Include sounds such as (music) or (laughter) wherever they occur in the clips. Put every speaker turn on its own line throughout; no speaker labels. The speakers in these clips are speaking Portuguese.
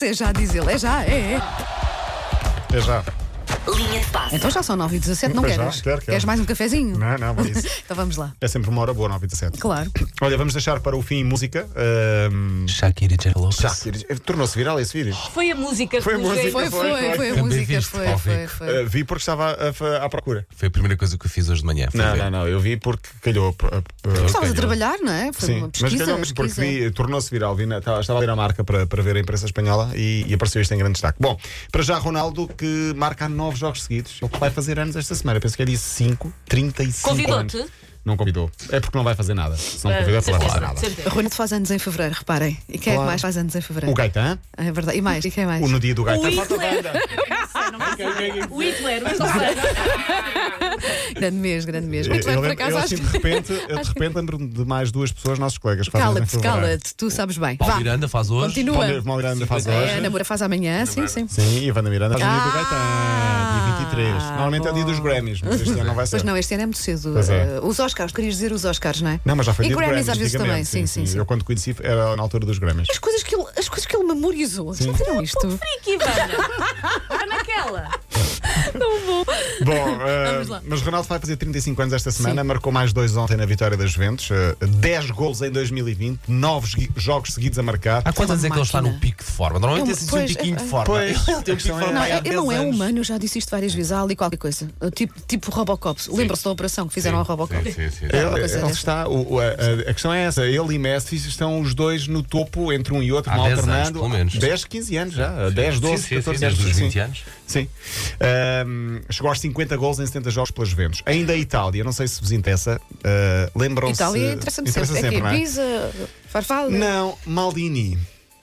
É já, diz ele. É já, é, é.
É já.
Linha de passe.
Então já são 9 e 17 não
Pois já,
queres?
quero, quero.
Queres mais um cafezinho?
Não, não, mas isso.
Então vamos lá.
É sempre uma hora boa, 9 e 17.
Claro.
Olha, vamos deixar para o fim música. Ahm,
Shakira e Jennifer Lopez.
já, Eh, tornou-se viral esse vídeo.
Foi a música
Foi a
que
música.
Foi, foi, foi, a
Também
música.
viste,
Foi,
Paulo
foi,
Rico.
foi.
Ah, vi porque estava a fa- à procura.
Foi a primeira coisa que eu fiz hoje de manhã. foi
Não,
ver.
não, não. Eu vi porque calhou. ah, ah,
Estavas a
calhou.
trabalhar, não é? Foi
Sim,
uma
mas
pesquisa.
calhou mesmo porque
pesquisa.
vi, tornou-se viral. Vi na- estava, estava a ler a marca para, para ver a imprensa espanhola e, e apareceu isto em grande destaque. Bom, para já, Ronaldo, que marca nove jogos seguidos. Ele vai fazer anos esta semana. Penso que é dia 5, 35.
Convidou-te? Ah,
anos. Não convidou. É porque não vai fazer nada. Se não convidou, é porque não vai fazer nada.
Ronaldo faz anos em fevereiro, reparem. E quem é que mais faz anos em fevereiro?
O Gaetan,
É verdade. E mais? E quem mais?
o no dia do
O
Gaetan. falta
Hitler.
banda.
Ah, O Hitler, mas não sei.
Grande mês, grande mês. Muito
eu,
bem, por
lembro-
acaso
eu,
acho
assim, de repente, eu de repente lembro-me de mais duas pessoas, nossos colegas. que fazem anos
Cala-te,
em fevereiro.
cala-te, tu sabes bem.
Paulo
Vá,
Miranda faz hoje.
continua.
Paulo Paulo Miranda faz
É, a
hoje.
namora faz amanhã,
é,
sim, sim.
Sim, e a Wanda Miranda faz o dia do
Ah,
Gaetan, dia 23. Normalmente é dia dos Grammys, mas este ano não vai ser.
Pois não, este ano é muito cedo.
Pois é.
Eh, Os Oscars, querias dizer os Oscars, não é?
Não, mas já foi
E
dia do
Grammys
Grammys
às vezes também,
antigamente.
sim, sim, sim.
Eu quando conheci era na altura dos
(laughs)
Grammys.
As coisas que ele, as coisas que ele memorizou, já viram isto?
Friki, Ivana. Está naquela.
Bom, eh, mas Ronaldo vai fazer 35 anos esta semana, marcou mais dois ontem na vitória das Juventus, eh, 10 gols em 2020, 9 jogos seguidos a marcar.
Há quantos anos é que ele está
máquina.
no pico de forma? Normalmente
É um-
é assim um
pois,
piquinho
é-
de forma.
Pois,
Ele tem
a
um
questão
pico de
é-
forma
Não,
aí há
ele
10
não é
anos.
humano, eu já disse isto várias vezes. Há ali qualquer coisa. Uh, Tipo, tipo Robocop. Lembra-se da operação que fizeram ao Robocop?
Sim, sim, sim.
Ele,
coisa
ele
é dessa.
está, o- o- a, a- a questão é essa, ele e Messi estão os dois no topo entre um e outro,
Há
mal
10 anos,
alternando.
pelo menos.
10, 15 anos já, 10, 12,
sim, sim,
14
sim,
anos.
desde os
sim.
20 anos.
Sim. Ahm, chegou aos 50 gols em 70 jogos pelas Juventus. Ainda a Itália, não sei se vos interessa, ah, lembram-se.
Itália interessa-me
interessa
sempre. É que
não é?
Pisa, Farfalda.
Não, Maldini.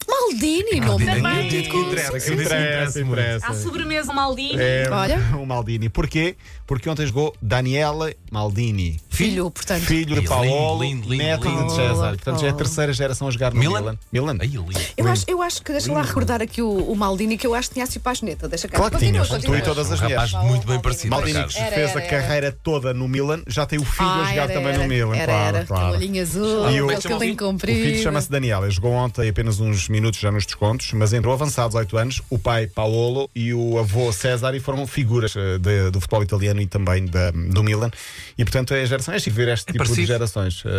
Maldini, não
Maldini,
me
eu digo que
digas.
interessa, que eu disse que interessa muito.
Há sobremesa Maldini.
É,
Olha.
(laughs) O Maldini. Porquê? Porque ontem jogou Daniela Maldini.
Filho, portanto.
Filho de
Lindo,
Paolo,
lindo, lindo,
neto
lindo.
de César.
Paolo,
Portanto, já é a
Paolo.
terceira geração a jogar no
Milan?
Milan. Milan.
Aí, lindo.
Eu acho, eu acho que deixa lá recordar aqui o, o Maldini, que eu acho que tinha assim para a geneta. Deixa cá.
Claro que
Continua,
tinhas, tu e
continua.
todas
Um
as É, mulheres.
rapaz muito bem parecido. por
Maldini que
acaso.
fez a carreira toda no Milan, já tem o filho a
Ah,
jogar
era,
também
era,
no Milan.
Era,
claro,
era.
claro.
Olhinho azul,
E o-
aquele cabelinho
O filho
comprido.
chama-se Daniela. Jogou ontem apenas uns minutos já nos descontos, mas entrou avançados 8 anos. O pai Paolo e o avô César e foram figuras eh, de- do futebol italiano e também da- do Milan. E portanto é a geração. É chique ver este tipo de
parecido.
gerações. Eh,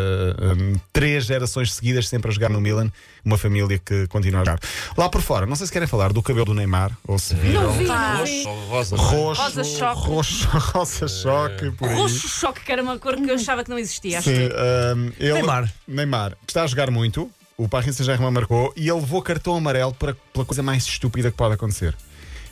um, três gerações seguidas sempre a jogar no Milan. Uma família que continua a jogar. Lá por fora, não sei se querem falar do cabelo do Neymar ou se viram.
vi.
Roxo, rosa.
Roxo,
Rosa choque.
roxo, (laughs) rosa choque, por aí.
Roxo choque, que era uma cor que eu achava que não existia. acho
Sim,
que-
ahm, ele-
Neymar.
Neymar está a jogar muito. O Paris Saint-Germain marcou e ele levou cartão amarelo para, pela coisa mais estúpida que pode acontecer.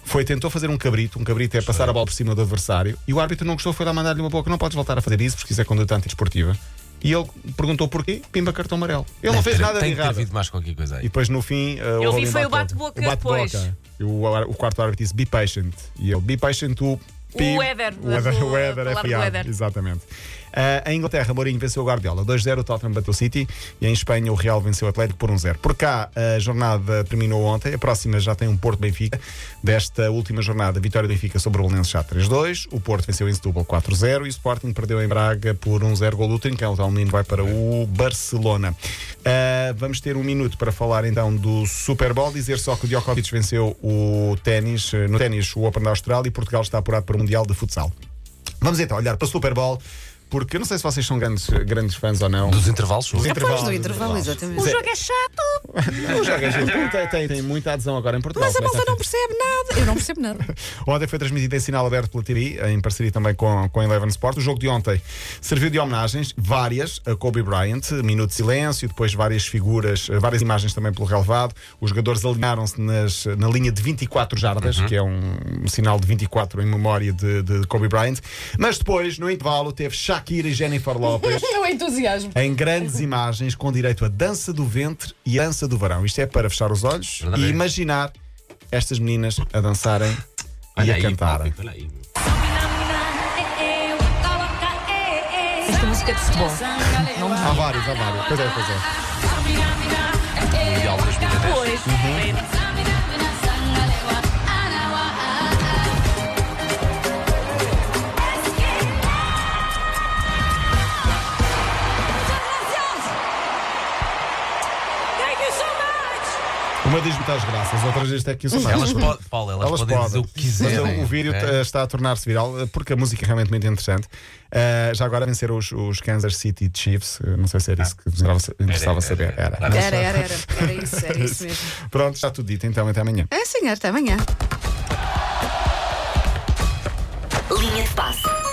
Foi, tentou fazer um cabrito. Um cabrito é passar a bola por cima do adversário e o árbitro não gostou, foi lá mandar-lhe uma boca. Não podes voltar a fazer isso porque isso é conduta antidesportiva. E ele perguntou porquê, pimba cartão amarelo. Ele não fez
Deve ter-
nada de
Tem que ter
errado.
havido mais qualquer coisa
E
aí.
depois no fim. Uh,
Eu vi, foi o bate-boca
O
depois.
bate-boca. E o, ar- o quarto árbitro disse: Be patient. E ele: Be patient, tu.
O Éder,
O Éder,
a
o Éder é
palavra do
fiado.
Éder.
Exatamente. Ah, em Inglaterra, Mourinho venceu o Guardiola 2-0, o Tottenham bateu o City. E em Espanha, o Real venceu o Atlético por 1-0. Por cá, a jornada terminou ontem. A próxima já tem um Porto-Benfica. Desta última jornada, a vitória do Benfica sobre o Lenço já 3-2. O Porto venceu em Setúbal 4-0. E o Sporting perdeu em Braga por 1-0. Gol do Trincão. Então, O tal menino vai para o Barcelona. Ah, vamos ter um minuto para falar então do Super Bowl. Dizer só que o Djokovic venceu o ténis, eh, no ténis o Open da Austrália e Portugal está apurado para o Mundial de Futsal. Vamos então olhar para o Super Bowl, porque eu não sei se vocês são grandes, grandes fãs ou não.
Dos intervalos, sou.
Dos
Depois É do intervalo, exatamente.
O jogo é chato.
Os jogos, gente, tem, tem- tem muita adesão agora em Portugal. é
Mas a
Começa
malta
a
não percebe nada. Eu não percebo nada.
Ontem foi transmitido em sinal aberto pela TV, em parceria também com, com a Eleven Sport. O jogo de ontem serviu de homenagens, várias, a Kobe Bryant, minuto de silêncio, depois várias figuras, eh, várias imagens também pelo relevado. Os jogadores alinharam-se nas- na linha de 24 jardas, que é um sinal de 24 em memória de, de Kobe Bryant. Mas depois, no intervalo, teve Shakira e Jennifer Lopez
(laughs) É o entusiasmo.
em grandes imagens com direito à dança do ventre e à dança do varão. Isto é para fechar os olhos
Verdadeiro.
e imaginar estas meninas a dançarem e a cantarem.
Olha aí.
Esta música é de futebol.
Há vários, há vários. Pois é, pois é.
Mundial 2010.
Pois.
Uma diz muitas graças, outras vezes é que isso
Elas, po- Paulo, elas, podem dizer o que quiserem.
Mas o vídeo
é?
eh, está a tornar-se viral eh, porque a música é realmente muito interessante. Eh, já agora venceram os, os Kansas City Chiefs. eh, Não sei se era isso
Ah,
que vos interessava, interessava saber. Era. né?
Era, era, era. Era isso, era isso mesmo.
Pronto, está tudo dito. Então, até amanhã.
É, senhor, até amanhã.
Linha de passe.